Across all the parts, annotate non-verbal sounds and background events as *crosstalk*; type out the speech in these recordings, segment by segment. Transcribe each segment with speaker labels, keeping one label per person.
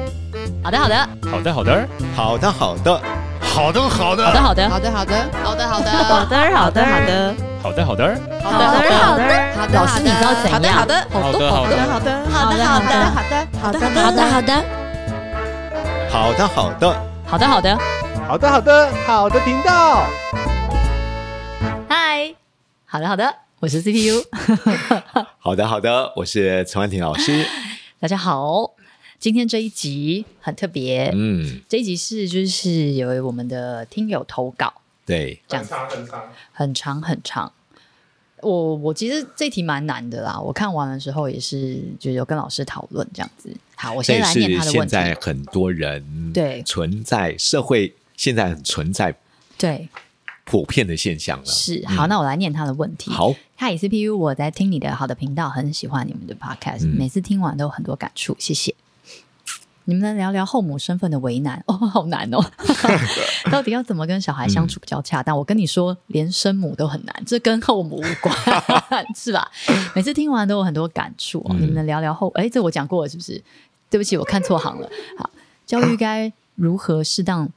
Speaker 1: 好的，好的，好的，
Speaker 2: 好的，好的，好的，好的，好的，
Speaker 3: 好的，好的，好的，好的，好的，好的，
Speaker 4: 好的，好的，
Speaker 5: 好的，好的，好的，好的，好的，好的，
Speaker 2: 老师你知道怎样？
Speaker 5: 好的，
Speaker 2: 好的，
Speaker 3: 好
Speaker 2: 好
Speaker 3: 的
Speaker 2: 的，
Speaker 5: 好的，
Speaker 2: 好的
Speaker 5: 好
Speaker 2: 好
Speaker 5: 的，
Speaker 2: 的
Speaker 5: 好的，好的，
Speaker 2: 好的，好的，
Speaker 4: 好的，好
Speaker 2: 好
Speaker 4: 的，
Speaker 2: 的，好的。
Speaker 6: 好的，好的，好的频道。
Speaker 2: 嗨，好的，好的，我是 CPU，
Speaker 4: 好的，好的，我是陈婉婷老师。
Speaker 2: 大家好。今天这一集很特别，
Speaker 4: 嗯，
Speaker 2: 这一集是就是有我们的听友投稿，
Speaker 4: 对，
Speaker 2: 这样子很长很长。我我其实这题蛮难的啦，我看完的时候也是就有跟老师讨论这样子。好，我
Speaker 4: 这
Speaker 2: 先
Speaker 4: 也
Speaker 2: 来
Speaker 4: 是
Speaker 2: 念他的
Speaker 4: 现
Speaker 2: 问题。
Speaker 4: 在很多人
Speaker 2: 对
Speaker 4: 存在社会现在很存在
Speaker 2: 对，
Speaker 4: 普遍的现象了。
Speaker 2: 是
Speaker 4: 嗯
Speaker 2: 好，那我来念他的问题。
Speaker 4: 好，
Speaker 2: 嗨，也是 PU，我在听你的好的频道，很喜欢你们的 podcast，、
Speaker 4: 嗯
Speaker 2: 每次听完都有很多感触，谢谢。你们能聊聊后母身份的为难哦， *laughs* 好难
Speaker 4: *laughs*
Speaker 2: 哦，到底要怎么跟小孩相处比较恰
Speaker 4: 嗯
Speaker 2: 当？我跟你说，连生母都很难，这跟后母无
Speaker 4: *laughs*
Speaker 2: 关，是吧？每次听完都有很多感触、哦，
Speaker 4: 嗯
Speaker 2: 你们能聊聊后？哎，这我讲过了是不是？对不起，我看错行了。好，教育该如何适当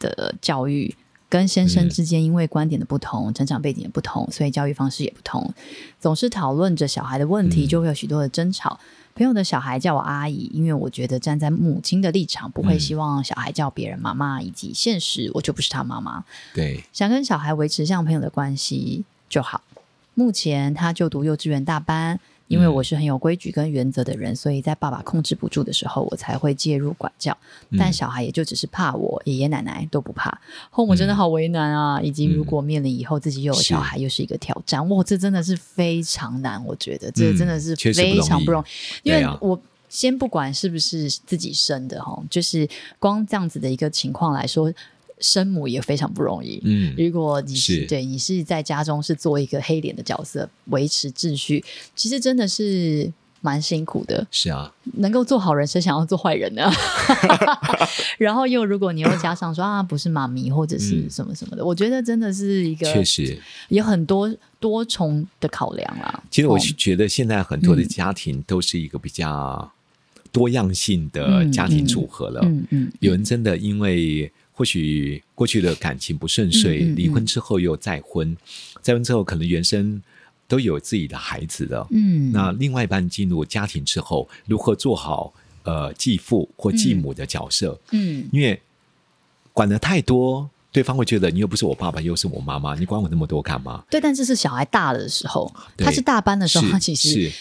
Speaker 2: 的教育，跟先生之间因为观点的不同、成长背景的不同，所以教育方式也不同，总是讨论着小孩的问题，
Speaker 4: 嗯
Speaker 2: 就会有许多的争吵。朋友的小孩叫我阿姨，因为我觉得站在母亲的立场，不会
Speaker 4: 嗯
Speaker 2: 希望小孩叫别人妈妈，以及现实我就不是他妈妈。
Speaker 4: 对，
Speaker 2: 想跟小孩维持像朋友的关系就好。目前他就读幼稚园大班，因为
Speaker 4: 嗯
Speaker 2: 我是很有规矩跟原则的人，所以在爸爸控制不住的时候，我才会介入管教。
Speaker 4: 嗯
Speaker 2: 但小孩也就只是怕我，爷爷奶奶都不怕。后母真的好为难啊！以及如果面临以后自己又有小孩，又是一个挑战，哇，这真的是非常难。我觉得这
Speaker 4: 嗯
Speaker 2: 真的是
Speaker 4: 确实不容易
Speaker 2: 非常不容易，因
Speaker 4: 对
Speaker 2: 为
Speaker 4: 啊
Speaker 2: 我。先不管是不是自己生的哈，就是光这样子的一个情况来说，生母也非常不容易。
Speaker 4: 嗯，
Speaker 2: 如果你是
Speaker 4: 是
Speaker 2: 对你是在家中是做一个黑脸的角色，维持秩序，其实真的是蛮辛苦的。
Speaker 4: 是啊，
Speaker 2: 能够做好人，谁想要做坏人
Speaker 4: *laughs*
Speaker 2: 呢？然后又如果你又加上说啊，不是妈咪或者是
Speaker 4: 嗯
Speaker 2: 什么什么的，我觉得真的是一个
Speaker 4: 确实。
Speaker 2: 有很多多重的考量啦。
Speaker 4: 其实我
Speaker 2: 哦
Speaker 4: 是觉得现在很多的
Speaker 2: 嗯
Speaker 4: 家庭都是一个比较多样性的
Speaker 2: 嗯
Speaker 4: 家庭
Speaker 2: 嗯
Speaker 4: 组合了。
Speaker 2: 嗯嗯，
Speaker 4: 有人真的因为或许过去的感情不顺遂，
Speaker 2: 嗯嗯嗯
Speaker 4: 离婚之后又再婚，再婚之后可能原生都有自己的孩子了。
Speaker 2: 嗯，
Speaker 4: 那另外一半进入家庭之后，如何做好呃继父或继母的角色？
Speaker 2: 嗯
Speaker 4: 因为管的太多，对方会觉得你又不是我爸爸，又是我妈妈，你管我那么多干嘛？
Speaker 2: 对，但这是小孩大了的时候，
Speaker 4: 对
Speaker 2: 他是大班的时候，
Speaker 4: 是
Speaker 2: 他其实
Speaker 4: 是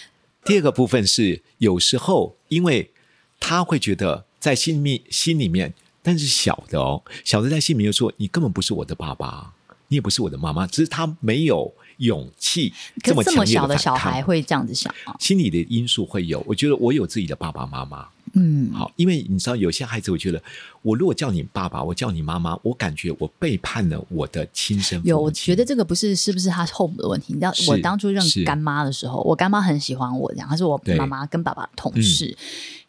Speaker 4: 第二个部分是有时候，因为他会觉得在心里心里面，但是小的哦，小的在心里面说你根本不是我的爸爸，你也不是我的妈妈，只是他没有勇气
Speaker 2: 可
Speaker 4: 么
Speaker 2: 是这
Speaker 4: 强
Speaker 2: 么
Speaker 4: 烈
Speaker 2: 小
Speaker 4: 的
Speaker 2: 的
Speaker 4: 反
Speaker 2: 小
Speaker 4: 抗
Speaker 2: 孩会这样子想啊，
Speaker 4: 心理的因素会有。我觉得我有自己的爸爸妈妈，
Speaker 2: 嗯，
Speaker 4: 好，因为你知道有些孩子，我觉得我如果叫你爸爸，我叫你妈妈，我感觉我背叛了我的亲生父
Speaker 2: 有，
Speaker 4: 母
Speaker 2: 我
Speaker 4: 亲
Speaker 2: 觉得这个不是是不是他后母的问题。你知道，
Speaker 4: 是
Speaker 2: 我当初认
Speaker 4: 是
Speaker 2: 干妈的时候，我干妈很喜欢我，这样，她是我
Speaker 4: 对嗯
Speaker 2: 妈妈跟爸爸的同事。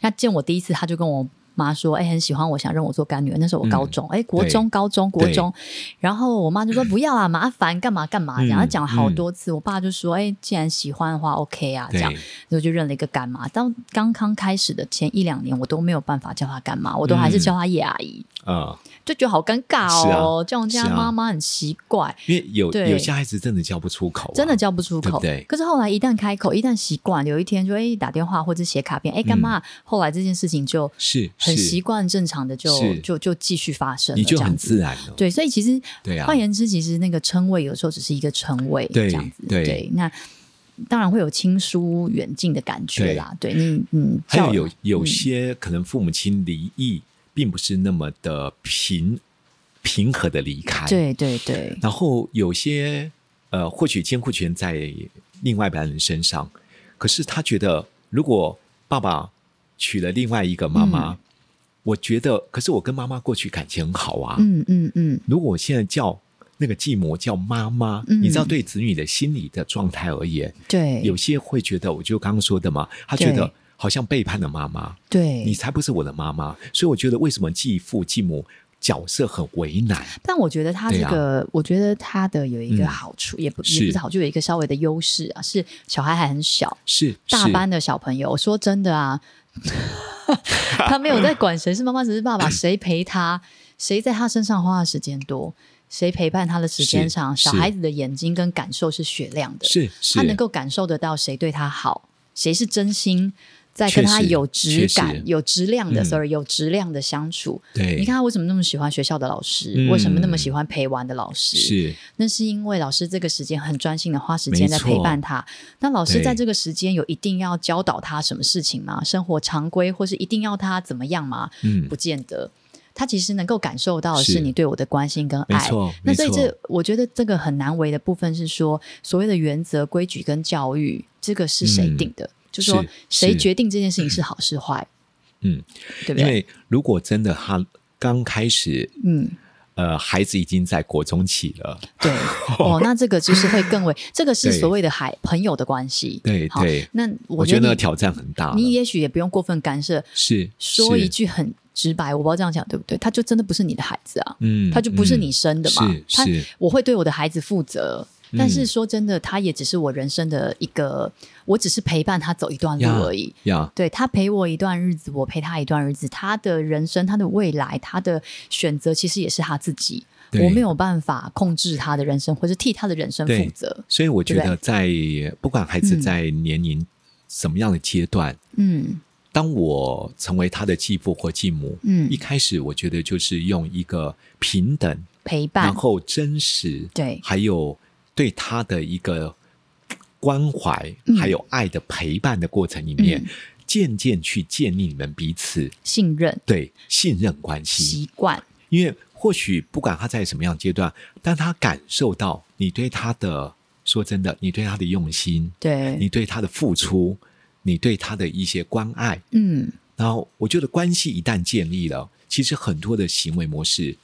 Speaker 2: 她见我第一次，她就跟我妈说：“哎、很喜欢我，想认我做干女儿。”那时候我高
Speaker 4: 嗯
Speaker 2: 中，哎、国中、高中、国中。然后我妈就说：“不要啊，麻烦，干嘛干嘛。”这样，
Speaker 4: 嗯
Speaker 2: 她讲了好多次。我爸就说：“哎、既然喜欢的话，OK 啊。”这
Speaker 4: 嗯对
Speaker 2: 样，所以我就认了一个干妈。到刚刚开始的前一两年，我都没有办法叫她干妈，我都还是
Speaker 4: 嗯
Speaker 2: 叫她叶阿姨，
Speaker 4: 啊、
Speaker 2: 就觉得好尴尬
Speaker 4: 是
Speaker 2: 哦，
Speaker 4: 啊
Speaker 2: 叫人家
Speaker 4: 是啊
Speaker 2: 妈妈很奇怪。
Speaker 4: 因为有
Speaker 2: 对
Speaker 4: 有些孩子真的叫不出口啊、
Speaker 2: 真的叫不出口。
Speaker 4: 对不对
Speaker 2: 可是后来一旦开口，一旦习惯，有一天就哎打电话或者写卡片，哎干嘛？后来这件事情就是很
Speaker 4: 嗯是
Speaker 2: 习惯正常的就是就就继续发生了，
Speaker 4: 你就
Speaker 2: 这样
Speaker 4: 很
Speaker 2: 子
Speaker 4: 自然了。
Speaker 2: 对，所以其实
Speaker 4: 对啊
Speaker 2: 换言之，其实那个称谓有时候只是一个称谓，
Speaker 4: 对
Speaker 2: 这样子
Speaker 4: 对
Speaker 2: 那。当然会有亲疏远近的感觉啦，对你，嗯，
Speaker 4: 还
Speaker 2: 叫
Speaker 4: 有有有
Speaker 2: 嗯
Speaker 4: 些可能父母亲离异，并不是那么的平平和的离开。，
Speaker 2: 对对对，
Speaker 4: 然后有些呃，或许监护权在另外一半人身上，可是他觉得如果爸爸娶了另外一个妈
Speaker 2: 嗯
Speaker 4: 妈，我觉得，可是我跟妈妈过去感情很好啊。
Speaker 2: 嗯嗯嗯，
Speaker 4: 如果我现在叫那个继母叫妈妈，
Speaker 2: 嗯
Speaker 4: 你知道，对子女的心理的状态而言，
Speaker 2: 对，
Speaker 4: 有些会觉得，我就刚刚说的嘛，他觉
Speaker 2: 对
Speaker 4: 得好像背叛了妈妈，
Speaker 2: 对，
Speaker 4: 你才不是我的妈妈。所以我觉得，为什么继父继母角色很为难？
Speaker 2: 但我觉得他这
Speaker 4: 对啊
Speaker 2: 个，我觉得他的有一个
Speaker 4: 嗯
Speaker 2: 好处，也不也
Speaker 4: 是
Speaker 2: 不是好处，有一个稍微的优势啊，是小孩还很小，
Speaker 4: 是
Speaker 2: 大班
Speaker 4: 的，
Speaker 2: 的小朋友，说真的啊， *laughs* 他没有在管谁是妈妈，谁是爸
Speaker 4: 嗯
Speaker 2: 爸，谁陪他，谁在他身上花的时间多，谁陪伴他的时间
Speaker 4: 是
Speaker 2: 长。小
Speaker 4: 是
Speaker 2: 孩子的眼睛跟感受是雪亮的，
Speaker 4: 是是，
Speaker 2: 他能够感受得到谁对他好，谁是真心在跟他
Speaker 4: 确实
Speaker 2: 有质
Speaker 4: 确实
Speaker 2: 感、有质量的、
Speaker 4: 嗯
Speaker 2: s o r r y 有质量的相处。
Speaker 4: 对，
Speaker 2: 你看他为什么那么喜欢学校的老师？
Speaker 4: 嗯
Speaker 2: 为什么那么喜欢陪玩的老师？
Speaker 4: 是
Speaker 2: 那是因为老师这个时间很专心的花时间在陪伴他。那老师
Speaker 4: 对
Speaker 2: 在这个时间有一定要教导他什么事情吗？生活常规或是一定要他怎么样吗？
Speaker 4: 嗯
Speaker 2: 不，见得。他其实能够感受到的
Speaker 4: 是
Speaker 2: 是你对我的关心跟
Speaker 4: 没
Speaker 2: 爱。
Speaker 4: 错，
Speaker 2: 那
Speaker 4: 没
Speaker 2: 所以
Speaker 4: 错
Speaker 2: 这，我觉得这个很难为的部分是说，所谓的原则、规矩跟教育，这个是谁
Speaker 4: 嗯
Speaker 2: 定的？就说
Speaker 4: 是
Speaker 2: 谁
Speaker 4: 是
Speaker 2: 决定这件事情
Speaker 4: *clears throat*
Speaker 2: 是好是坏？
Speaker 4: 嗯，
Speaker 2: 对不对？
Speaker 4: 因为如果真的他刚开始，
Speaker 2: 嗯，
Speaker 4: 呃，孩子已经在国中期了， *laughs*
Speaker 2: 对，哦，那这个就是会更为，这个是
Speaker 4: 对
Speaker 2: 所谓的海朋友的关系。
Speaker 4: 对
Speaker 2: 好
Speaker 4: 对
Speaker 2: 那
Speaker 4: 我
Speaker 2: 我
Speaker 4: 觉
Speaker 2: 觉得
Speaker 4: 得那个
Speaker 2: 你
Speaker 4: 挑战很大了。
Speaker 2: 你也许也不用过分干涉，
Speaker 4: 是
Speaker 2: 说一，
Speaker 4: 是
Speaker 2: 句很直白，我不知道这样讲对不对，他就真的不是你的孩子啊，
Speaker 4: 嗯
Speaker 2: 他就不是
Speaker 4: 嗯
Speaker 2: 你生的嘛，
Speaker 4: 是
Speaker 2: 他
Speaker 4: 是
Speaker 2: 我会对我的孩子负责。
Speaker 4: 嗯
Speaker 2: 但是说真的，他也只是我人生的一个，我只是陪伴他走一段路
Speaker 4: 呀
Speaker 2: 而已。
Speaker 4: 呀，
Speaker 2: 对他陪我一段日子，我陪他一段日子，他的人生、他的未来、他的选择，其实也是他自己。
Speaker 4: 对
Speaker 2: 我没有办法控制他的人生，或是替他的人生
Speaker 4: 对
Speaker 2: 负责。
Speaker 4: 所以我觉
Speaker 2: 对不
Speaker 4: 得在不管孩子
Speaker 2: 嗯
Speaker 4: 在年龄什么样的阶段，
Speaker 2: 嗯
Speaker 4: 当我成为他的继父或继母，
Speaker 2: 嗯
Speaker 4: 一，开始我觉得就是用一个平等，
Speaker 2: 陪
Speaker 4: 然
Speaker 2: 伴，
Speaker 4: 后真实，
Speaker 2: 对
Speaker 4: 还有对他的一个关怀，
Speaker 2: 嗯
Speaker 4: 还有爱的陪伴的过程里面，
Speaker 2: 嗯
Speaker 4: 渐渐去建立你们彼此
Speaker 2: 信任、
Speaker 4: 对信任关系。
Speaker 2: 习惯，
Speaker 4: 因为或许不管他在什么样的阶段，但他感受到你对他的，说真的，你对他的用心，
Speaker 2: 对，
Speaker 4: 你对他的付出，你对他的一些关爱，
Speaker 2: 嗯，
Speaker 4: 然后我觉得关系一旦建立了，其实很多的行为模式，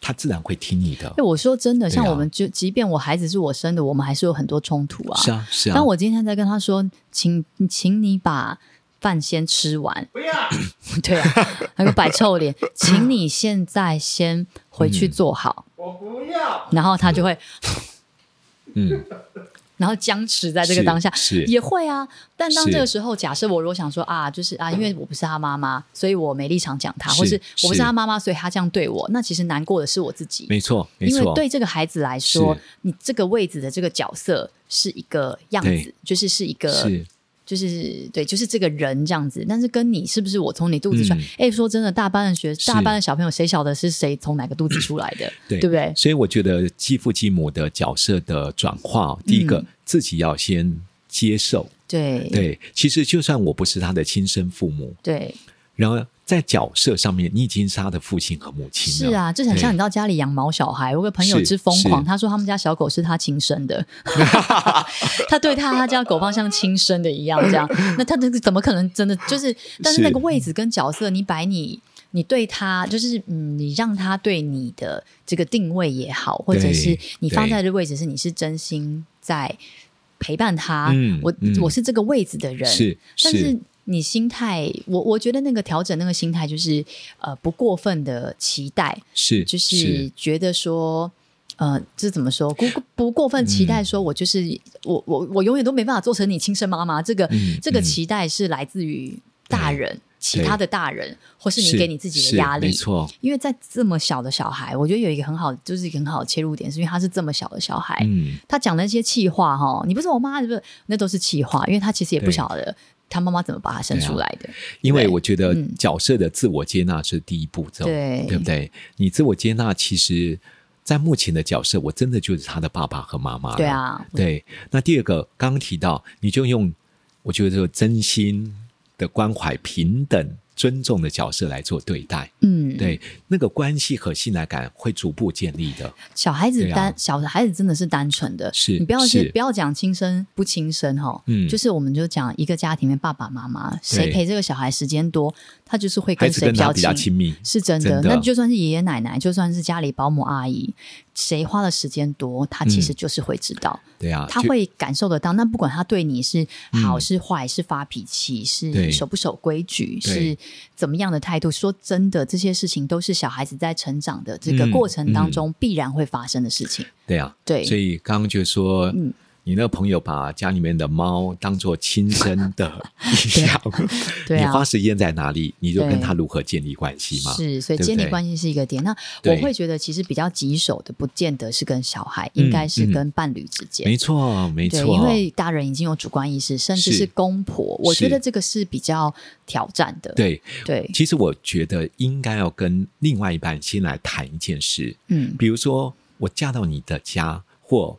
Speaker 4: 他自然会听你的
Speaker 2: 哎，。我说真的，像
Speaker 4: 对啊
Speaker 2: 我们就，即便我孩子是我生的，我们还是有很多冲突啊。
Speaker 4: 是啊，是啊。
Speaker 2: 当我今天在跟他说，请请你把饭先吃完，不要， *laughs* 对啊，那个摆
Speaker 6: *laughs*
Speaker 2: 臭脸，请你现在先回去做好，
Speaker 6: 我不要。
Speaker 2: 然后他就会，
Speaker 4: 嗯，
Speaker 2: 然后僵持在这个
Speaker 4: 是
Speaker 2: 当下。
Speaker 4: 是
Speaker 2: 也会啊，但当
Speaker 4: 是
Speaker 2: 这个时候，假设我如果想说啊，就是啊，因为我不是他妈妈，所以我没立场讲他，
Speaker 4: 是
Speaker 2: 或是我不是
Speaker 4: 是
Speaker 2: 他妈妈，所以他这样对我，那其实难过的是我自己。
Speaker 4: 没错，没
Speaker 2: 因为
Speaker 4: 错。
Speaker 2: 对这个孩子来说
Speaker 4: 是，
Speaker 2: 你这个位置的这个角色是一个样子
Speaker 4: 对，
Speaker 2: 就是是一个，
Speaker 4: 是
Speaker 2: 就是对，就是这个人这样子。但是跟你是不是我从你肚子出来
Speaker 4: 嗯？
Speaker 2: 哎、说真的，大班的学
Speaker 4: 是
Speaker 2: 大班的小朋友，谁晓得是谁从哪个肚子出来的，
Speaker 4: 对
Speaker 2: 不对？
Speaker 4: 所以我觉得继父继母的角色的转化，第一个、
Speaker 2: 嗯
Speaker 4: 自己要先接受。
Speaker 2: 对
Speaker 4: 对，其实就算我不是他的亲生父母，
Speaker 2: 对
Speaker 4: 然后在角色上面，你已经是他的父亲和母亲了。
Speaker 2: 是啊，这很像你到家里养毛小孩。我有个朋友
Speaker 4: 是
Speaker 2: 之疯狂，
Speaker 4: 是
Speaker 2: 他说他们家小狗是他亲生
Speaker 4: *laughs*
Speaker 2: 的， *laughs* 他对他他家狗放像亲生的一样，这
Speaker 4: *laughs*
Speaker 2: 样。那他这个怎么可能真的就是？但是
Speaker 4: 是
Speaker 2: 那个位置跟角色，你摆你。你对他就是嗯，你让他对你的这个定位也好，或者
Speaker 4: 对
Speaker 2: 是你放
Speaker 4: 对
Speaker 2: 在的位置是你是真心在陪伴他，
Speaker 4: 嗯
Speaker 2: 我、
Speaker 4: 嗯
Speaker 2: 我是这个位置的人，
Speaker 4: 是
Speaker 2: 但是你心态，我我觉得那个调整那个心态就是呃不过分的期待，
Speaker 4: 是
Speaker 2: 就是觉得说。呃，这怎么说？不不过分期
Speaker 4: 嗯
Speaker 2: 待，说我就是、我我我永远都没办法做成你亲生妈妈。这个、
Speaker 4: 嗯
Speaker 2: 这个
Speaker 4: 嗯
Speaker 2: 期待是来自于大人，其他的大人，或是
Speaker 4: 是
Speaker 2: 你给你自己的压
Speaker 4: 是没
Speaker 2: 力。
Speaker 4: 错。
Speaker 2: 因为在这么小的小孩，我觉得有一个很好，就是一个很好的切入点，是因为他是这么小的小孩，
Speaker 4: 嗯，
Speaker 2: 他讲的那些气话哈，你不是我妈，不是那都是气话，因为他其实也不
Speaker 4: 对
Speaker 2: 晓得他妈妈怎么把他生出来的。
Speaker 4: 因为
Speaker 2: 对
Speaker 4: 我觉得
Speaker 2: 嗯
Speaker 4: 角色的自我接纳是第一步骤，
Speaker 2: 对
Speaker 4: 不对？你自我接纳，其实，在目前的角色，我真的就是他的爸爸和妈妈。
Speaker 2: 对，啊，
Speaker 4: 对。那第二个，刚刚提到，你就用我觉得这个真心的关怀、平等、尊重的角色来做对待，
Speaker 2: 嗯，，
Speaker 4: 对那个关系和信赖感会逐步建立的。
Speaker 2: 小孩子
Speaker 4: 对啊
Speaker 2: 单、小孩子真的是单纯的，
Speaker 4: 是
Speaker 2: 你不要先
Speaker 4: 是
Speaker 2: 不要讲亲生不亲生哈，
Speaker 4: 嗯
Speaker 2: 就是我们就讲一个家庭里面爸爸妈妈谁
Speaker 4: 对
Speaker 2: 陪这个小孩时间多，他就是会
Speaker 4: 孩
Speaker 2: 跟
Speaker 4: 子
Speaker 2: 谁
Speaker 4: 跟
Speaker 2: 比
Speaker 4: 他
Speaker 2: 较
Speaker 4: 比较亲密，
Speaker 2: 是真的，
Speaker 4: 真的
Speaker 2: 那就算是爷爷奶奶，就算是家里保姆阿姨，谁花的时间多，他其
Speaker 4: 嗯
Speaker 2: 实就是会知道。
Speaker 4: 对啊，
Speaker 2: 他
Speaker 4: 就
Speaker 2: 会感受得到。那不管他对你是好
Speaker 4: 嗯
Speaker 2: 是坏，是发脾气，是
Speaker 4: 对
Speaker 2: 守不守规矩，
Speaker 4: 对
Speaker 2: 是怎么样的态度，说真的，这些事情都是小孩子在成长
Speaker 4: 嗯
Speaker 2: 的这个过程当中必然会发生的事情。
Speaker 4: 对啊，
Speaker 2: 对
Speaker 4: 所以刚刚就说，
Speaker 2: 嗯
Speaker 4: 你那个朋友把家里面的猫当做亲生
Speaker 2: *laughs*
Speaker 4: 的一样，
Speaker 2: 对啊
Speaker 4: 你花时间在哪里，你就跟
Speaker 2: 对
Speaker 4: 他如何建立关系嘛。
Speaker 2: 是，所以
Speaker 4: 对不
Speaker 2: 建立
Speaker 4: 对
Speaker 2: 关系是一个点。那我
Speaker 4: 对
Speaker 2: 会觉得，其实比较棘手的，不见得是跟小孩，
Speaker 4: 嗯
Speaker 2: 应该是
Speaker 4: 嗯
Speaker 2: 跟伴侣之间。
Speaker 4: 没错，没
Speaker 2: 对，
Speaker 4: 错，哦
Speaker 2: 因为大人已经有主观意识，甚至
Speaker 4: 是
Speaker 2: 是公婆，我觉
Speaker 4: 是
Speaker 2: 得这个是比较挑战的。
Speaker 4: 对。
Speaker 2: 对，
Speaker 4: 其实我觉得应该要跟另外一半先来谈一件事，
Speaker 2: 嗯，
Speaker 4: 比如说我嫁到你的家，或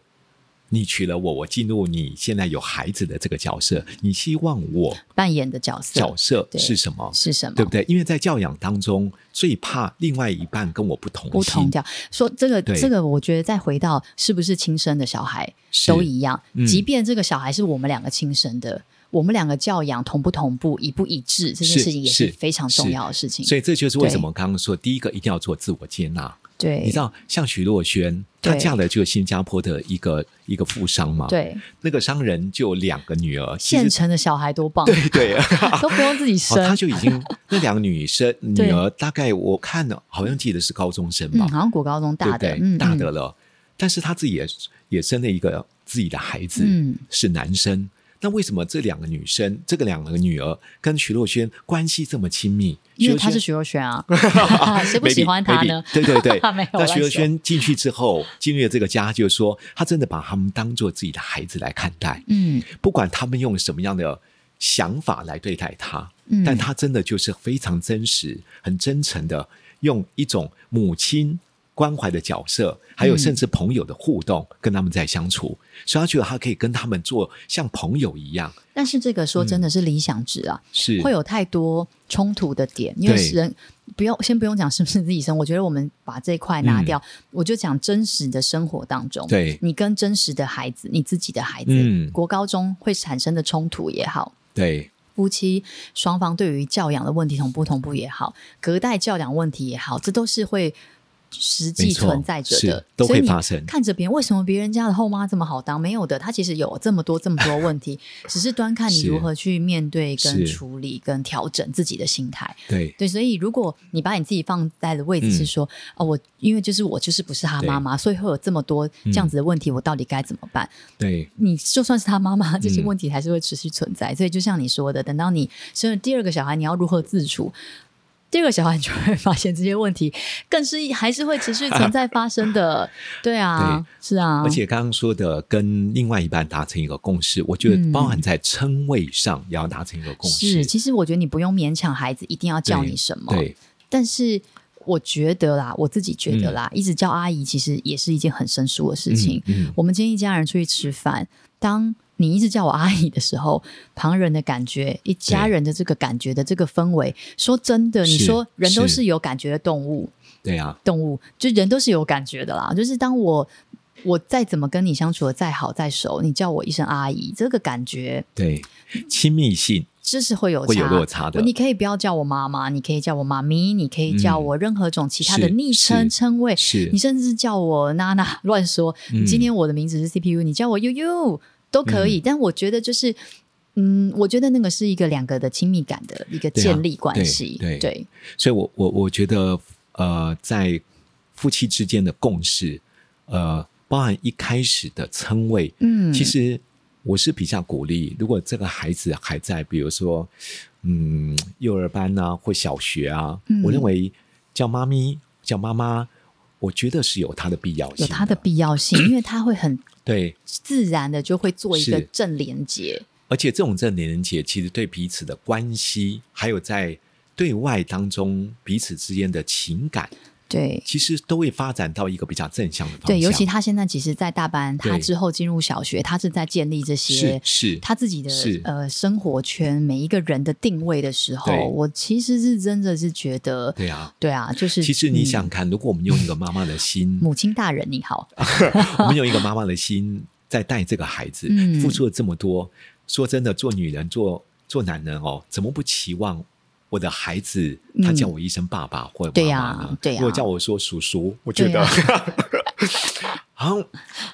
Speaker 4: 你娶了我，我进入你现在有孩子的这个角色，你希望我
Speaker 2: 扮演的角色
Speaker 4: 角色
Speaker 2: 对
Speaker 4: 是什么？
Speaker 2: 是什么？
Speaker 4: 对不对？因为在教养当中，最怕另外一半跟我不同
Speaker 2: 不
Speaker 4: 心
Speaker 2: 同，调。说这个，
Speaker 4: 对
Speaker 2: 这个，我觉得再回到是不是亲生的小孩
Speaker 4: 是
Speaker 2: 都一样，
Speaker 4: 嗯
Speaker 2: 即便这个小孩是我们两个亲生的，我们两个教养同不同步、一不一致，这件
Speaker 4: 是
Speaker 2: 事情也是
Speaker 4: 是
Speaker 2: 非常重
Speaker 4: 是
Speaker 2: 要的事情。
Speaker 4: 所以这就是为什
Speaker 2: 对
Speaker 4: 么刚刚说，第一个一定要做自我接纳。
Speaker 2: 对，
Speaker 4: 你知道，像徐若瑄，她
Speaker 2: 对
Speaker 4: 嫁了就是新加坡的一个一个富商嘛，，
Speaker 2: 对
Speaker 4: 那个商人就有两个女儿，其实
Speaker 2: 现成的小孩多棒，啊
Speaker 4: 对对，
Speaker 2: *laughs* 都不用自己生
Speaker 4: 哦，，他就已经那两个女生女
Speaker 2: 对
Speaker 4: 儿，大概我看了，好像记得是高中生吧
Speaker 2: 嗯，，好像国高中大
Speaker 4: 对不
Speaker 2: 的，
Speaker 4: 对？
Speaker 2: 嗯，
Speaker 4: 大的了，但是他自己也也生了一个自己的孩子，
Speaker 2: 嗯
Speaker 4: 是男生。那为什么这两个女生，这个两个女儿跟徐若瑄关系这么亲密？
Speaker 2: 因为他是
Speaker 4: 徐
Speaker 2: 徐若瑄啊，
Speaker 4: 若 *laughs* 瑄
Speaker 2: 谁不喜欢她呢
Speaker 4: Maybe，maybe，对对
Speaker 2: *laughs*
Speaker 4: 对
Speaker 2: 没有，
Speaker 4: 那徐若
Speaker 2: 乱说
Speaker 4: 瑄进去之后，进入了这个家，就是说，她真的把他们当做自己的孩子来看待。
Speaker 2: 嗯
Speaker 4: 不管他们用什么样的想法来对待他，
Speaker 2: 嗯
Speaker 4: 但他真的就是非常真实、很真诚的，用一种母亲关怀的角色，还有甚至
Speaker 2: 嗯
Speaker 4: 朋友的互动，跟他们在相处，所以他觉得他可以跟他们做像朋友一样，
Speaker 2: 但是这个
Speaker 4: 嗯
Speaker 2: 说真的是理想值啊，
Speaker 4: 是
Speaker 2: 会有太多冲突的点，因为
Speaker 4: 对
Speaker 2: 人不用先不用讲是不是自己生，我觉得我们把这一块拿掉，我就讲真实的生活当中，
Speaker 4: 嗯对
Speaker 2: 你跟真实的孩子，你自己的孩子，
Speaker 4: 嗯
Speaker 2: 国高中会产生的冲突也好。
Speaker 4: 对
Speaker 2: 夫妻双方对于教养的问题同不同步也好，隔代教养问题也好，这都是会实际
Speaker 4: 没错
Speaker 2: 存在着的
Speaker 4: 是，都
Speaker 2: 所以
Speaker 4: 会
Speaker 2: 你
Speaker 4: 发生
Speaker 2: 看着别人，为什么别人家的后妈这么好当？没有的，她其实有这么多这么多问 *laughs* 题，只是端看你
Speaker 4: 是
Speaker 2: 如何去面对、跟
Speaker 4: 是
Speaker 2: 处理、跟调整自己的心态。
Speaker 4: 对
Speaker 2: 对，所以如果你把你自己放在的位置是说，哦，我因为就是我就是不是她妈妈，所以会有这么多这样子的问题，我到底该怎么办？
Speaker 4: 对
Speaker 2: 你就算是他妈妈，
Speaker 4: 嗯
Speaker 2: 这些问题还是会持续存在。所以就像你说的，等到你生了第二个小孩，你要如何自处？第二个小孩你就会发现这些问题更是还是会持续存在发生
Speaker 4: *laughs*
Speaker 2: 的。对啊，是啊，
Speaker 4: 而且刚刚说的跟另外一半达成一个共识，我觉得包含在称谓上也要达成一个共识
Speaker 2: 嗯是，，其实我觉得你不用勉强孩子一定要叫
Speaker 4: 对
Speaker 2: 你什么，
Speaker 4: 对
Speaker 2: 但是。我觉得啦，我自己觉得啦，一直叫阿姨其实也是一件很生疏的事情。
Speaker 4: 嗯嗯
Speaker 2: 我们今天一家人出去吃饭，当你一直叫我阿姨的时候，旁人的感觉，一家人的这个感觉的这个氛围，说真的，
Speaker 4: 是
Speaker 2: 你说人都
Speaker 4: 是
Speaker 2: 是有感觉的动物，
Speaker 4: 对啊，
Speaker 2: 动物就人都是有感觉的啦。就是当我我再怎么跟你相处的再好再熟，你叫我一声阿姨，这个感觉
Speaker 4: 对亲密性
Speaker 2: 这是会有
Speaker 4: 会有
Speaker 2: 差哦
Speaker 4: 落差的
Speaker 2: 你可以不要叫我妈妈，你可以叫我妈咪，你可以叫我任何种其他的
Speaker 4: 是
Speaker 2: 昵称
Speaker 4: 是
Speaker 2: 称谓，
Speaker 4: 是
Speaker 2: 你甚至叫我娜娜 *laughs* 乱说。
Speaker 4: 嗯
Speaker 2: 今天我的名字是 CPU，你叫我悠悠都可以。但我觉得就是，嗯，我觉得那个是一个两个的亲密感的一个
Speaker 4: 对啊
Speaker 2: 建立关系，
Speaker 4: 对对所以我，我我觉得，呃，在夫妻之间的共识，呃，包含一开始的称谓，
Speaker 2: 嗯，
Speaker 4: 其实我是比较鼓励，如果这个孩子还在，比如说，嗯，幼儿班啊或小学啊，
Speaker 2: 嗯
Speaker 4: 我认为叫妈咪、叫妈妈，我觉得是有它的必要性，
Speaker 2: 有它的必要性，
Speaker 4: 嗯
Speaker 2: 因为它会很
Speaker 4: 对。
Speaker 2: 自然的就会做一个
Speaker 4: 是
Speaker 2: 正连接。
Speaker 4: 而且这种正连结，其实对彼此的关系，还有在对外当中彼此之间的情感，
Speaker 2: 对，
Speaker 4: 其实都会发展到一个比较正向的方向。
Speaker 2: 对，尤其他现在其实，在大班，他
Speaker 4: 对
Speaker 2: 之后进入小学，他是在建立这些
Speaker 4: 是是，
Speaker 2: 他自己的
Speaker 4: 是
Speaker 2: 呃生活圈，每一个人的定位的时候
Speaker 4: 对，
Speaker 2: 我其实是真的是觉得，
Speaker 4: 对啊。
Speaker 2: 对啊，就是
Speaker 4: 其实你想
Speaker 2: 嗯
Speaker 4: 想看，如果我们用一个妈妈的心，
Speaker 2: 母亲大人你好， *laughs*
Speaker 4: 我们用一个妈妈的心在带这个孩子
Speaker 2: 嗯，
Speaker 4: 付出了这么多，说真的，做女人做做男人哦，怎么不期望？我的孩子，他
Speaker 2: 嗯
Speaker 4: 叫我一声爸爸或者
Speaker 2: 对
Speaker 4: 妈妈
Speaker 2: 呀
Speaker 4: 呢？
Speaker 2: 对呀
Speaker 4: 如果叫我说叔叔， *laughs* 我觉
Speaker 2: 对
Speaker 4: 得、
Speaker 2: 啊，
Speaker 4: 好像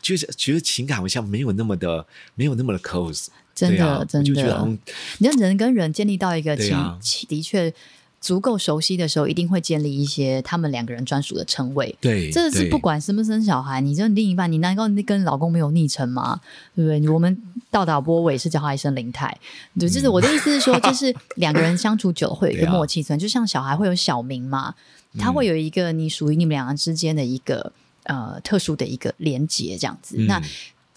Speaker 4: 就是觉得情感好像没有那么的，没有那么的 close。
Speaker 2: 真
Speaker 4: 对
Speaker 2: 的
Speaker 4: 啊、
Speaker 2: 真
Speaker 4: 我就觉得
Speaker 2: 的
Speaker 4: 好像，
Speaker 2: 你让人跟人建立到一个
Speaker 4: 对
Speaker 2: 亲
Speaker 4: 啊
Speaker 2: 亲的确。足够熟悉的时候，一定会建立一些他们两个人专属的称谓。
Speaker 4: 对，
Speaker 2: 这是
Speaker 4: 对
Speaker 2: 不管生不生小孩，你这另一半，你难道你跟老公没有昵称吗？对不对？我们倒打波尾是叫他一声林太，对，
Speaker 4: 嗯
Speaker 2: 就是我的意思是说，就是两个人相处久了会有一
Speaker 4: 对
Speaker 2: 个
Speaker 4: 啊
Speaker 2: 默
Speaker 4: *laughs*
Speaker 2: 契存，就像小孩会有小名嘛，他会有一个你属于你们两个之间的一个呃特殊的一个连结，这样子。
Speaker 4: 嗯
Speaker 2: 那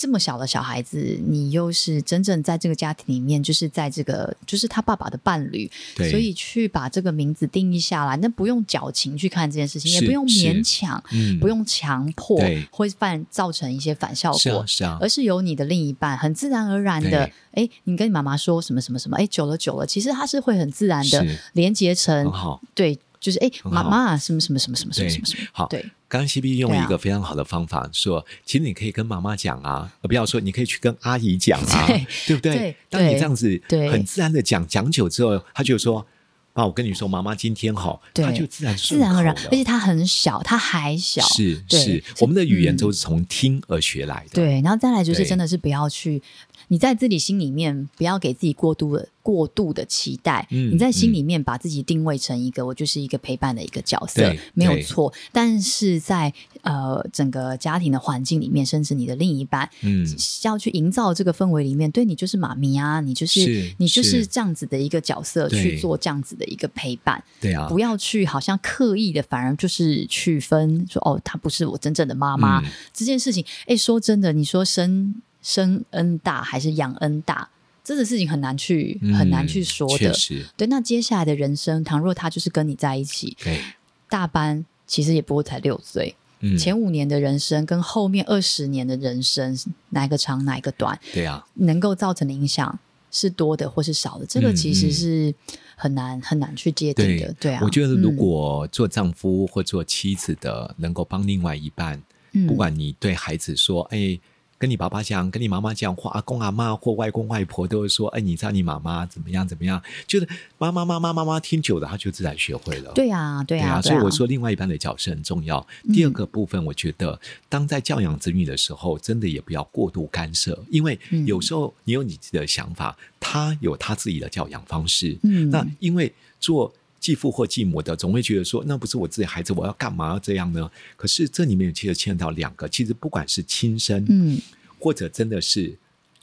Speaker 2: 这么小的小孩子，你又是真正在这个家庭里面，就是在这个就是他爸爸的伴侣，
Speaker 4: 对
Speaker 2: 所以去把这个名字定义下来，那不用矫情去看这件事情，也
Speaker 4: 是
Speaker 2: 不用
Speaker 4: 是
Speaker 2: 勉强，
Speaker 4: 嗯
Speaker 2: 不用强迫
Speaker 4: 对，
Speaker 2: 会犯造成一些反效
Speaker 4: 是啊
Speaker 2: 果。
Speaker 4: 是啊
Speaker 2: 而，是由你的另一半很自然而然的
Speaker 4: 对，
Speaker 2: 哎，你跟你妈妈说什么什么什么，哎，久了久了，其实他是会很自然的
Speaker 4: 是
Speaker 2: 连接成
Speaker 4: 很，好。
Speaker 2: 对，就是哎，
Speaker 4: 很
Speaker 2: 妈
Speaker 4: 好
Speaker 2: 妈什么什么什么什么什么
Speaker 4: 对
Speaker 2: 什么什么，
Speaker 4: 好
Speaker 2: 对，
Speaker 4: 刚刚 C B 用了
Speaker 2: 对啊
Speaker 4: 一个非常好的方法说，其实你可以跟妈妈讲啊，呃不要说你可以去跟阿姨讲啊，
Speaker 2: *laughs* 对
Speaker 4: 对不对？
Speaker 2: 对
Speaker 4: 当你
Speaker 2: 对
Speaker 4: 这样子
Speaker 2: 对
Speaker 4: 很自然的讲讲久之后，他就说：“爸，我跟你说，妈妈今天好。”
Speaker 2: 对
Speaker 4: 他就自然
Speaker 2: 自
Speaker 4: 顺
Speaker 2: 然而然
Speaker 4: 口了，
Speaker 2: 而且他很小，他还小，
Speaker 4: 是
Speaker 2: 对
Speaker 4: 是，我们的语言
Speaker 2: 嗯
Speaker 4: 都是从听而学来的。
Speaker 2: 对，然后再来就是
Speaker 4: 对
Speaker 2: 真的是不要去，你在自己心里面不要给自己过度的过度的期待，
Speaker 4: 嗯
Speaker 2: 你在心
Speaker 4: 嗯
Speaker 2: 里面把自己定位成一个我就是一个陪伴的一个角色
Speaker 4: 对，
Speaker 2: 没有
Speaker 4: 对
Speaker 2: 错。但是在呃整个家庭的环境里面，甚至你的另一半，
Speaker 4: 嗯，
Speaker 2: 要去营造这个氛围里面，对你就是妈咪啊，你就是
Speaker 4: 是
Speaker 2: 你就是
Speaker 4: 是
Speaker 2: 这样子的一个角色
Speaker 4: 对
Speaker 2: 去做这样子的一个陪伴，
Speaker 4: 对啊，
Speaker 2: 不要去好像刻意的，反而就是去分说哦，她不是我真正的妈妈、
Speaker 4: 嗯
Speaker 2: 这件事情。哎，说真的，你说生生恩大还是养恩大，这个事情很难去、
Speaker 4: 嗯
Speaker 2: 很难去说
Speaker 4: 确
Speaker 2: 的。
Speaker 4: 实，
Speaker 2: 对，那接下来的人生，倘若他就是跟你在一起，
Speaker 4: 对，
Speaker 2: 大班其实也不过才六岁，
Speaker 4: 嗯，
Speaker 2: 前五年的人生跟后面二十年的人生，哪一个长哪一个短，
Speaker 4: 对啊，
Speaker 2: 能够造成的影响是多的或是少的，这个
Speaker 4: 嗯
Speaker 2: 其实
Speaker 4: 嗯
Speaker 2: 是很难、很难去界定的。对啊，
Speaker 4: 我觉得如
Speaker 2: 嗯
Speaker 4: 果做丈夫或做妻子的，能够帮另外一半，
Speaker 2: 嗯
Speaker 4: 不管你对孩子说，哎。跟你爸爸讲，跟你妈妈讲，或阿公阿妈或外公外婆都会说：“哎，你知道你妈妈怎么样怎么样？”就是妈妈妈妈妈妈听久了，她就自然学会了。
Speaker 2: 对呀，对啊嗯
Speaker 4: 对啊
Speaker 2: 呀，
Speaker 4: 所以我说另外一半的角色很重要。第二个部分，我觉得当在教养子女的时候，真的也不要过度干涉，因为
Speaker 2: 嗯
Speaker 4: 有时候你有你自己的想法，他有他自己的教养方式。
Speaker 2: 嗯
Speaker 4: 那因为做。继父或继母的总会觉得说，那不是我自己孩子，我要干嘛要这样呢？可是这里面其实牵扯到两个，其实不管是亲生，
Speaker 2: 嗯
Speaker 4: 或者真的是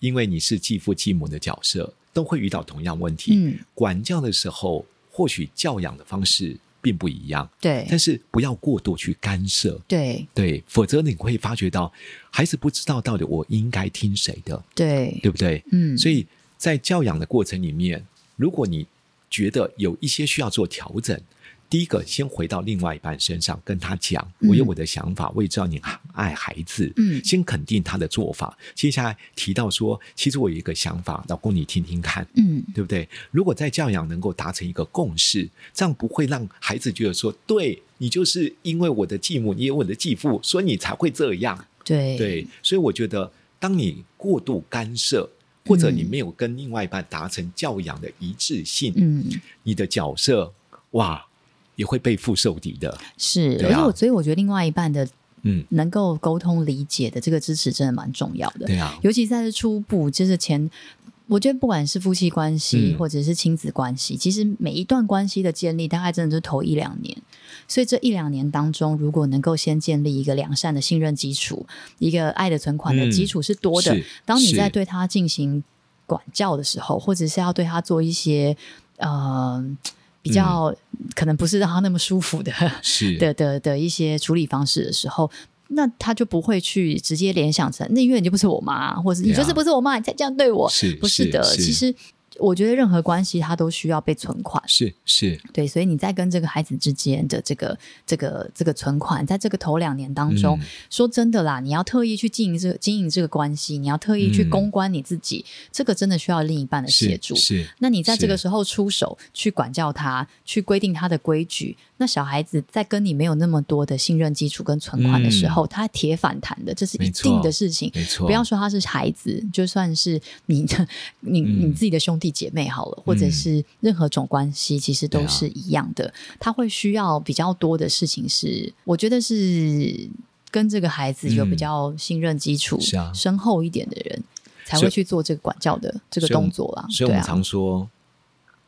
Speaker 4: 因为你是继父继母的角色，都会遇到同样问题。
Speaker 2: 嗯，
Speaker 4: 管教的时候，或许教养的方式并不一样，但
Speaker 2: 对
Speaker 4: 是不要过度去干涉，
Speaker 2: 对
Speaker 4: 对，否则你会发觉到孩子不知道到底我应该听谁的，
Speaker 2: 对，
Speaker 4: 对不对？
Speaker 2: 嗯，
Speaker 4: 所
Speaker 2: 以
Speaker 4: 以在教养的过程里面，如果你觉得有一些需要做调整，第一个先回到另外一半身上，跟他讲，
Speaker 2: 嗯
Speaker 4: 我有我的想法，我也知道你很爱孩子，
Speaker 2: 嗯
Speaker 4: 先肯定他的做法。接下来提到说，其实我有一个想法，老公你听听看。
Speaker 2: 嗯
Speaker 4: 对不对？如果在教养能够达成一个共识，这样不会让孩子觉得说，对你就是因为我的继母，你有我的继父，所以你才会这样。
Speaker 2: 对
Speaker 4: 对，所以我觉得，当你过度干涉，或者你
Speaker 2: 嗯
Speaker 4: 没有跟另外一半达成教养的一致性，
Speaker 2: 嗯
Speaker 4: 你的角色哇也会背负受敌的。
Speaker 2: 是，
Speaker 4: 对
Speaker 2: 而且我
Speaker 4: 啊
Speaker 2: 所以我觉得另外一半的
Speaker 4: 嗯，
Speaker 2: 能够沟通理解的这个支持真的蛮重要的，
Speaker 4: 对啊，
Speaker 2: 尤其在这初步就是前。我觉得不管是夫妻关系
Speaker 4: 嗯
Speaker 2: 或者是亲子关系，其实每一段关系的建立，大概真的就是头一两年。所以这一两年当中，如果能够先建立一个良善的信任基础，一个爱的存款的
Speaker 4: 嗯
Speaker 2: 基础是多的，
Speaker 4: 是
Speaker 2: 当你
Speaker 4: 是
Speaker 2: 在对他进行管教的时候，或者是要对他做一些呃比较、
Speaker 4: 嗯
Speaker 2: 可能不是让他那么舒服的
Speaker 4: 是
Speaker 2: 的的的一些处理方式的时候。那他就不会去直接联想成，那因为你就不是我妈，或者是你
Speaker 4: 对啊
Speaker 2: 就是不是我妈，你才这样对我，
Speaker 4: 是
Speaker 2: 不是的。
Speaker 4: 是
Speaker 2: 其实我觉得任何关系它都需要被存款，
Speaker 4: 是是，
Speaker 2: 对，所以你在跟这个孩子之间的这个这个这个存款，在这个头两年当中，
Speaker 4: 嗯
Speaker 2: 说真的啦，你要特意去经营这个经营这个关系，你要特意去
Speaker 4: 嗯
Speaker 2: 公关你自己，这个真的需要另一半的协
Speaker 4: 是
Speaker 2: 助。
Speaker 4: 是
Speaker 2: 那你在这个
Speaker 4: 是
Speaker 2: 时候出手去管教他，去规定他的规矩，那小孩子在跟你没有那么多的信任基础跟存款的时候，他铁反弹的，这是一
Speaker 4: 没
Speaker 2: 定的
Speaker 4: 错
Speaker 2: 事情。
Speaker 4: 嗯没错，
Speaker 2: 不要说他是孩子，就算是你的、你、你
Speaker 4: 嗯
Speaker 2: 自己的兄弟姐妹好了，或者
Speaker 4: 嗯
Speaker 2: 是任何种关系，其实
Speaker 4: 对
Speaker 2: 都
Speaker 4: 啊
Speaker 2: 是一样的。他会需要比较多的事情是，我觉得是跟这个孩子有比
Speaker 4: 嗯
Speaker 2: 较信任基础、
Speaker 4: 是啊
Speaker 2: 深厚一点的人，才
Speaker 4: 所
Speaker 2: 会
Speaker 4: 以
Speaker 2: 去做这个管教的这个
Speaker 4: 所以我
Speaker 2: 动
Speaker 4: 们
Speaker 2: 作啦。啊
Speaker 4: 所以我
Speaker 2: 对
Speaker 4: 们
Speaker 2: 啊，
Speaker 4: 常说，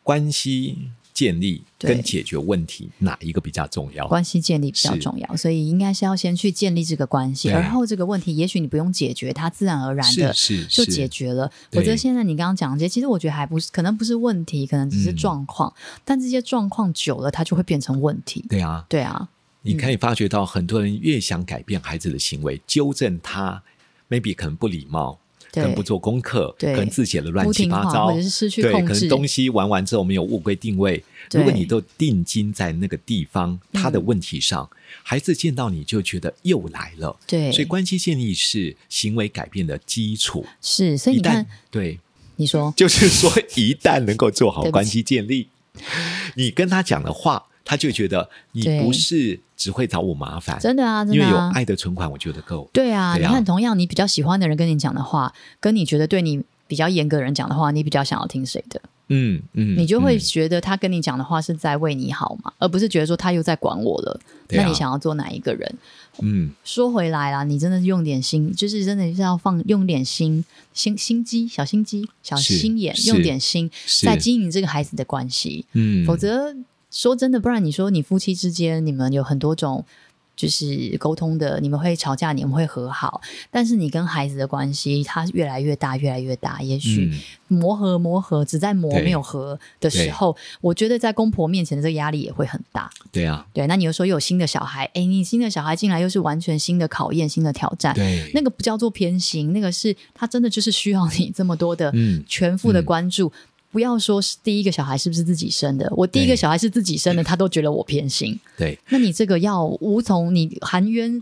Speaker 4: 关系建立
Speaker 2: 对
Speaker 4: 跟解决问题哪一个比较重要？
Speaker 2: 关系建立比较
Speaker 4: 是
Speaker 2: 重要，所以应该是要先去建立这个关系，
Speaker 4: 对
Speaker 2: 而后这个问题也许你不用解决，它自然而然的
Speaker 4: 是是
Speaker 2: 就是解决了。
Speaker 4: 对
Speaker 2: 否则现在你刚刚讲的这些，其实我觉得还不是，可能不是问题，可能只是
Speaker 4: 嗯
Speaker 2: 状况，但这些状况久了，它就会变成问题。
Speaker 4: 对啊，
Speaker 2: 对啊，
Speaker 4: 你可以发觉到，很多人越想改变孩子的行为，纠正他，maybe 可能不礼貌，可
Speaker 2: 对
Speaker 4: 能不做功课，
Speaker 2: 对
Speaker 4: 可能字写的乱
Speaker 2: 不
Speaker 4: 七
Speaker 2: 听
Speaker 4: 八
Speaker 2: 话
Speaker 4: 糟，
Speaker 2: 或者是失去
Speaker 4: 对，
Speaker 2: 控
Speaker 4: 可能
Speaker 2: 制
Speaker 4: 东西玩完之后没有物归定位。
Speaker 2: 对
Speaker 4: 如果你都定睛在那个地方，他的问题上，孩子见到你就觉得又来了。
Speaker 2: 嗯对
Speaker 4: 所以关系建立是行为改变的基础。
Speaker 2: 是，所以
Speaker 4: 一
Speaker 2: 你
Speaker 4: 旦
Speaker 2: 看，
Speaker 4: 对，
Speaker 2: 你说
Speaker 4: *laughs* 就是说，一旦能够做好
Speaker 2: 对不起
Speaker 4: 关系建立，你跟他讲的话，他就觉得你
Speaker 2: 对
Speaker 4: 不是只会找我麻烦，
Speaker 2: 真的啊，真
Speaker 4: 因
Speaker 2: 的
Speaker 4: 为有
Speaker 2: 啊。
Speaker 4: 爱的存款，我觉得够。
Speaker 2: 对啊，
Speaker 4: 对啊
Speaker 2: 你看，同样你比较喜欢的人跟你讲的话，跟你觉得对你比较严格的人讲的话，你比较想要听谁的？
Speaker 4: 嗯嗯
Speaker 2: 你就会
Speaker 4: 嗯
Speaker 2: 觉得他跟你讲的话是在为你好嘛，而不是觉得说他又在管我了。
Speaker 4: 对啊
Speaker 2: 那你想要做哪一个人？
Speaker 4: 嗯
Speaker 2: 说回来啦，你真的是用点心，就是真的是要放用点心心心机、小心机、小
Speaker 4: 是
Speaker 2: 心眼，
Speaker 4: 是
Speaker 2: 用点心
Speaker 4: 是
Speaker 2: 在经营这个孩子的关系。
Speaker 4: 嗯，
Speaker 2: 否则说真的，不然你说你夫妻之间你们有很多种。就是沟通的，你们会吵架，你们会和好，但是你跟孩子的关系，它越来越大，越来越大，也许、
Speaker 4: 嗯
Speaker 2: 磨合磨合，只在磨
Speaker 4: 对
Speaker 2: 没有合的时候，我觉得在公婆面前的这个压力也会很大。
Speaker 4: 对啊，
Speaker 2: 对，那你又说又有新的小孩，哎，你新的小孩进来又是完全新的考验、新的挑战，
Speaker 4: 对
Speaker 2: 那个不叫做偏心，那个是他真的就是需要你这么多的
Speaker 4: 嗯
Speaker 2: 全副的
Speaker 4: 嗯
Speaker 2: 关注。不要说是第一个小孩是不是自己生的，我第一
Speaker 4: 对
Speaker 2: 个小孩是自己
Speaker 4: *laughs*
Speaker 2: 生的，他都觉得我偏心。
Speaker 4: 对
Speaker 2: 那你这个要无从你含
Speaker 4: *laughs*
Speaker 2: 冤，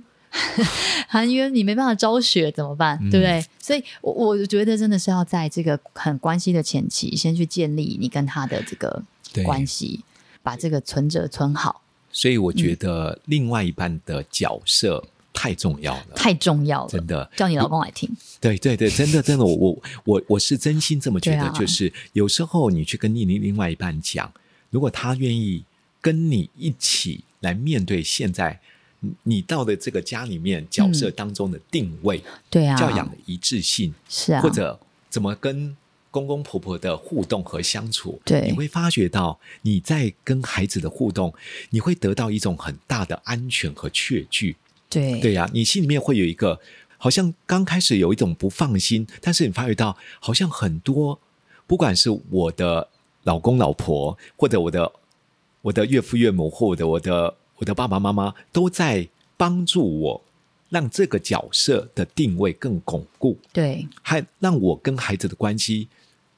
Speaker 2: 含冤你没办法昭雪怎么办？对不对？
Speaker 4: 嗯
Speaker 2: 所以我，我觉得真的是要在这个很关系的前期，先去建立你跟他的这个
Speaker 4: 对
Speaker 2: 关系，把这个存折存好，
Speaker 4: 所以我
Speaker 2: 嗯
Speaker 4: 觉得另外一半的角色太重要了，
Speaker 2: 太重要了。
Speaker 4: 真的
Speaker 2: 叫你老公来听，
Speaker 4: 对对对，真的真的，我我我我是真心这么觉得，
Speaker 2: 对啊
Speaker 4: 就是有时候你去跟你另另外一半讲，如果他愿意跟你一起来面对现在你你到的这个家里面角色当中的定位、
Speaker 2: 嗯对啊，
Speaker 4: 教养的一致性，
Speaker 2: 是啊，
Speaker 4: 或者怎么跟公公婆婆的互动和相处，
Speaker 2: 对
Speaker 4: 你会发觉到你在跟孩子的互动，你会得到一种很大的安全和确据。
Speaker 2: 对
Speaker 4: 对呀、你心里面会有一个，好像刚开始有一种不放心，但是你发觉到，好像很多，不管是我的老公老婆，或者我的我的岳父岳母，或者我的我的爸爸妈妈，都在帮助我，让这个角色的定位更巩固，
Speaker 2: 对
Speaker 4: 还让我跟孩子的关系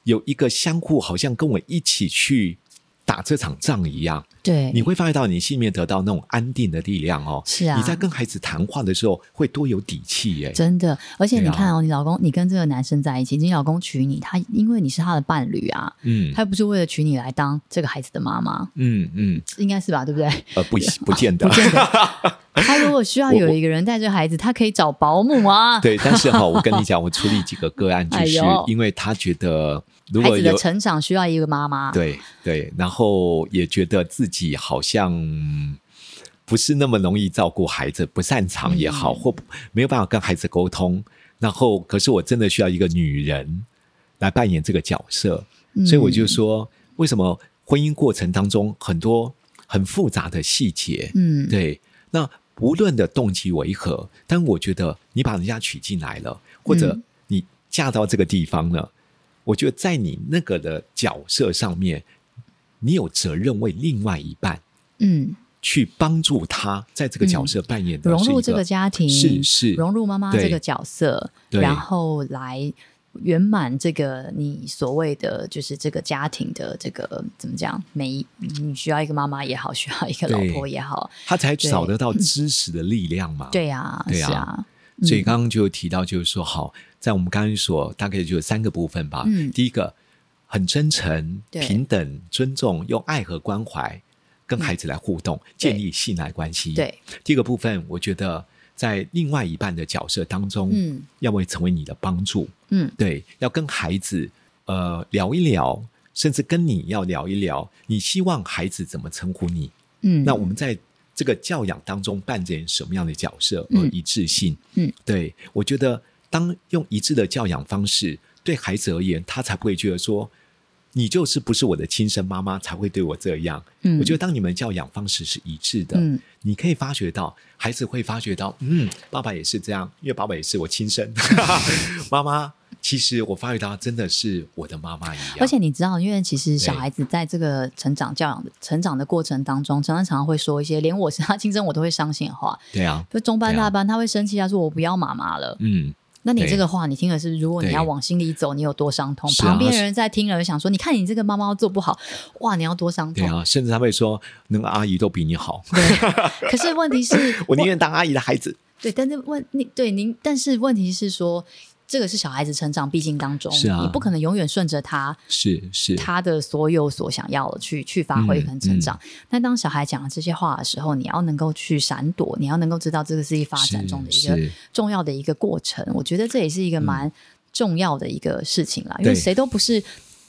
Speaker 4: 有一个相互，好像跟我一起去打这场仗一样。
Speaker 2: 对，
Speaker 4: 你会发觉到你心里面得到那种安定的力量哦。
Speaker 2: 哎是啊
Speaker 4: 你在跟孩子谈话的时候会多有底气耶。
Speaker 2: 真的，而且你
Speaker 4: 对啊
Speaker 2: 看哦，你老公，你跟这个男生在一起，你老公娶你，他因为你是他的伴侣啊，
Speaker 4: 嗯
Speaker 2: 他又不是为了娶你来当这个孩子的妈妈，
Speaker 4: 嗯嗯，
Speaker 2: 应该是吧？对不对？
Speaker 4: 呃，不不见得
Speaker 2: 不。见得。他如果需要有一个人带着孩子，他可以找保姆啊。
Speaker 4: *laughs* 对，但是哈，我跟你讲，我处理几个个案，就
Speaker 2: 哎
Speaker 4: 是
Speaker 2: 呦
Speaker 4: 因为他觉得如
Speaker 2: 孩
Speaker 4: 果
Speaker 2: 子的
Speaker 4: 有
Speaker 2: 成长需要一个妈妈。
Speaker 4: 对对，然后也觉得自己好像嗯不是那么容易照顾孩子，不擅长也
Speaker 2: 嗯
Speaker 4: 好，或不没有办法跟孩子沟通。然后，可是我真的需要一个女人来扮演这个角色，
Speaker 2: 嗯
Speaker 4: 所以我就说，为什么婚姻过程当中很多很复杂的细节，
Speaker 2: 嗯，
Speaker 4: 对，那无论的动机为何，但我觉得你把人家娶进来了，或者
Speaker 2: 嗯
Speaker 4: 你嫁到这个地方了，我觉得在你那个的角色上面，你有责任为另外一半
Speaker 2: 嗯，
Speaker 4: 去帮助他在这个角色扮演的、
Speaker 2: 融入这个家庭，
Speaker 4: 是是
Speaker 2: 融入妈妈
Speaker 4: 对
Speaker 2: 这个角色，
Speaker 4: 对
Speaker 2: 然后来圆满这个你所谓的就是这个家庭的这个怎么讲？每你需要一个妈妈也好，需要一个老
Speaker 4: 对
Speaker 2: 婆也好，
Speaker 4: 他才找得到知识的力量嘛。
Speaker 2: 对呀，
Speaker 4: 对啊
Speaker 2: 是啊，
Speaker 4: 所以刚刚就提到，就是说，好，在我们刚刚所大概就有三个部分吧。
Speaker 2: 嗯
Speaker 4: 第一个很真诚、
Speaker 2: 对嗯
Speaker 4: 平等、尊重，用爱和关怀跟孩子来互动，建立信赖关系。，
Speaker 2: 对，
Speaker 4: 第一个部分，我觉得在另外一半的角色当中，
Speaker 2: 嗯
Speaker 4: 要会成为你的帮助，
Speaker 2: 嗯，
Speaker 4: 对，要跟孩子呃聊一聊，甚至跟你要聊一聊，你希望孩子怎么称呼你？
Speaker 2: 嗯，
Speaker 4: 那我们在这个教养当中扮演什么样的角色
Speaker 2: 嗯
Speaker 4: 而一致性？
Speaker 2: 嗯
Speaker 4: 对我觉得，当用一致的教养方式对孩子而言，他才不会觉得说你就是不是我的亲生妈妈才会对我这样。
Speaker 2: 嗯
Speaker 4: 我觉得当你们教养方式是一致的，
Speaker 2: 嗯
Speaker 4: 你可以发觉到孩子会发觉到，嗯，爸爸也是这样，因为爸爸也是我
Speaker 2: *laughs*
Speaker 4: 亲生妈妈。其实我发觉到真的是我的妈妈一样，
Speaker 2: 而且你知道，因为其实小
Speaker 4: 对
Speaker 2: 孩子在这个成长教养的成长的过程当中，常常常会说一些连我是他亲生我都会伤心的话，
Speaker 4: 对啊，
Speaker 2: 就中班
Speaker 4: 对啊
Speaker 2: 大班他会生气，他说我不要妈妈了。
Speaker 4: 嗯，
Speaker 2: 那你
Speaker 4: 对
Speaker 2: 这个话，你听了是不是如果你
Speaker 4: 对
Speaker 2: 要往心里走，你有多伤痛？
Speaker 4: 是啊
Speaker 2: 旁边人在听了想说，你看你这个妈妈做不好，哇，你要多伤
Speaker 4: 对
Speaker 2: 痛。
Speaker 4: 啊，甚至他们会说，那个阿姨都比你好，
Speaker 2: 可是问题是
Speaker 4: *laughs* ，我宁愿当阿姨的孩子。
Speaker 2: 对，但是问你对您，但是问题是说，这个是小孩子成长必经当中，
Speaker 4: 是啊
Speaker 2: 你不可能永远顺着他
Speaker 4: *laughs* 是是，
Speaker 2: 他的所有所想要的去去发
Speaker 4: 嗯
Speaker 2: 挥跟成长。但当小孩讲这些话的时候，你要能够去闪躲，你要能够知道这个是一发展中的一个
Speaker 4: 是是
Speaker 2: 重要的一个过程。我觉得这也是一个蛮重要的一个事情啦，因为
Speaker 4: 嗯对
Speaker 2: 谁都不是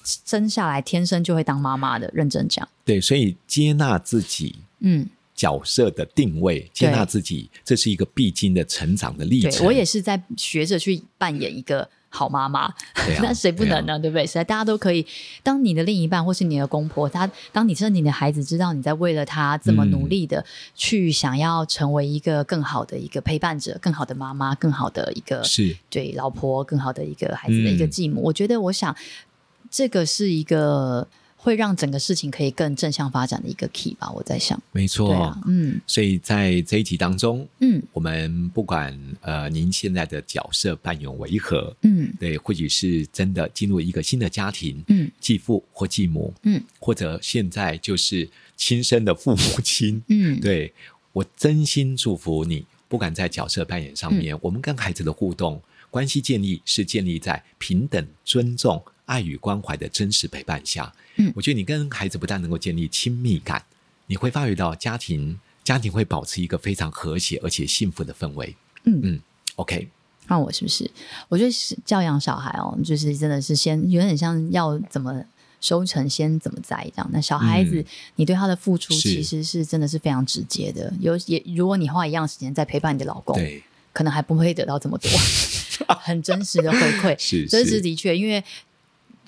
Speaker 2: 生下来天生就会当妈妈的，认真讲，
Speaker 4: 对，所以接纳自己
Speaker 2: 嗯。
Speaker 4: 角色的定位，接纳自己，这是一个必经的成长的历
Speaker 2: 对
Speaker 4: 程。
Speaker 2: 我也是在学着去扮演一个好妈妈，
Speaker 4: 对啊
Speaker 2: *laughs* 那谁不能呢？对不对？实在大家都可以。当你的另一半或是你的公婆，他当你甚至你的孩子知道你在为了他这么努力
Speaker 4: 嗯
Speaker 2: 的去想要成为一个更好的一个陪伴者、更好的妈妈、更好的一个
Speaker 4: 啊是
Speaker 2: 对老婆、更好的一个孩子的一个
Speaker 4: 嗯
Speaker 2: 继母，我觉得我想这个是一个。会让整个事情可以更正向发展的一个 key 吧，我在想。
Speaker 4: 没
Speaker 2: 对
Speaker 4: 错。
Speaker 2: 啊，嗯
Speaker 4: 所以在这一集当中，
Speaker 2: 嗯
Speaker 4: 我们不管呃您现在的角色扮演为何，
Speaker 2: 嗯
Speaker 4: 对，或许是真的进入一个新的家庭，
Speaker 2: 嗯
Speaker 4: 继父或继母，
Speaker 2: 嗯
Speaker 4: 或者现在就是亲生的父母亲，
Speaker 2: 嗯，
Speaker 4: 对我真心祝福你，不管在角色扮演上面，
Speaker 2: 嗯
Speaker 4: 我们跟孩子的互动关系建立是建立在平等、尊重、爱与关怀的真实陪伴下。
Speaker 2: 嗯
Speaker 4: 我觉得你跟孩子不但能够建立亲密感，你会发觉到家庭家庭会保持一个非常和谐而且幸福的氛围。
Speaker 2: 嗯
Speaker 4: 嗯，OK，
Speaker 2: 让我是不是？我觉得是教养小孩哦，就是真的是先有点像要怎么收成，先怎么栽这样。那小孩子，
Speaker 4: 嗯
Speaker 2: 你对他的付出
Speaker 4: 是
Speaker 2: 其实是真的是非常直接的。有也，如果你花一样时间在陪伴你的老公，
Speaker 4: 对，
Speaker 2: 可能还不会得到这么
Speaker 4: *laughs*
Speaker 2: 多很真实的回馈。
Speaker 4: 是
Speaker 2: 这是的确，因为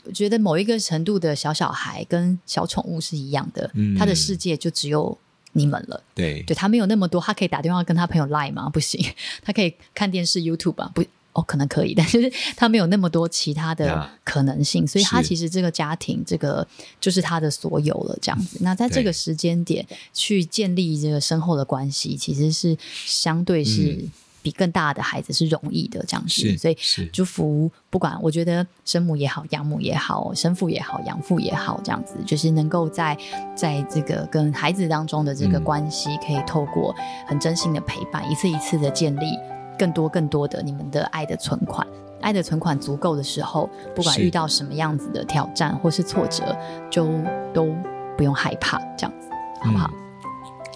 Speaker 2: 我觉得某一个程度的小小孩跟小宠物是一样的，
Speaker 4: 嗯
Speaker 2: 他的世界就只有你们了。
Speaker 4: 对
Speaker 2: 对他没有那么多，他可以打电话跟他朋友 Line 吗？不行，他可以看电视 YouTube 吧？不，哦，可能可以，但是 *laughs* 他没有那么多其他的
Speaker 4: 呀
Speaker 2: 可能性，所以他
Speaker 4: 是
Speaker 2: 其实这个家庭，这个就是他的所有了，这样子。那在这
Speaker 4: 对
Speaker 2: 个时间点去建立这个深厚的关系，其实是相对是。
Speaker 4: 嗯
Speaker 2: 比更大的孩子是容易的，这样子，
Speaker 4: 是
Speaker 2: 所以
Speaker 4: 是
Speaker 2: 祝福不管我觉得生母也好，养母也好，生父也好，养父也好，这样子就是能够在在这个跟孩子当中的这个
Speaker 4: 嗯
Speaker 2: 关系，可以透过很真心的陪伴，一次一次的建立更多更多的你们的爱的存款。爱的存款足够的时候，不管
Speaker 4: 是
Speaker 2: 遇到什么样子的挑战或是挫折，就都不用害怕，这样子好不好？
Speaker 4: 嗯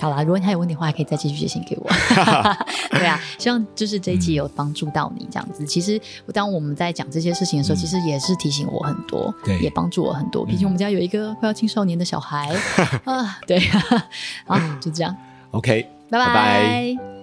Speaker 2: 好啦，如果你还有问题的话，还可以再继续写信
Speaker 4: *laughs*
Speaker 2: 给我。对啊，希望就是这一集有帮助到你这样子。其实当我们在讲这些事情的时候，
Speaker 4: 嗯
Speaker 2: 其实也是提醒我很多，
Speaker 4: 对
Speaker 2: 也帮助我很多。毕竟我们家有一个快要青少年的小孩 *laughs* 啊，对啊，好，就这样，
Speaker 4: OK，
Speaker 2: 拜
Speaker 4: 拜拜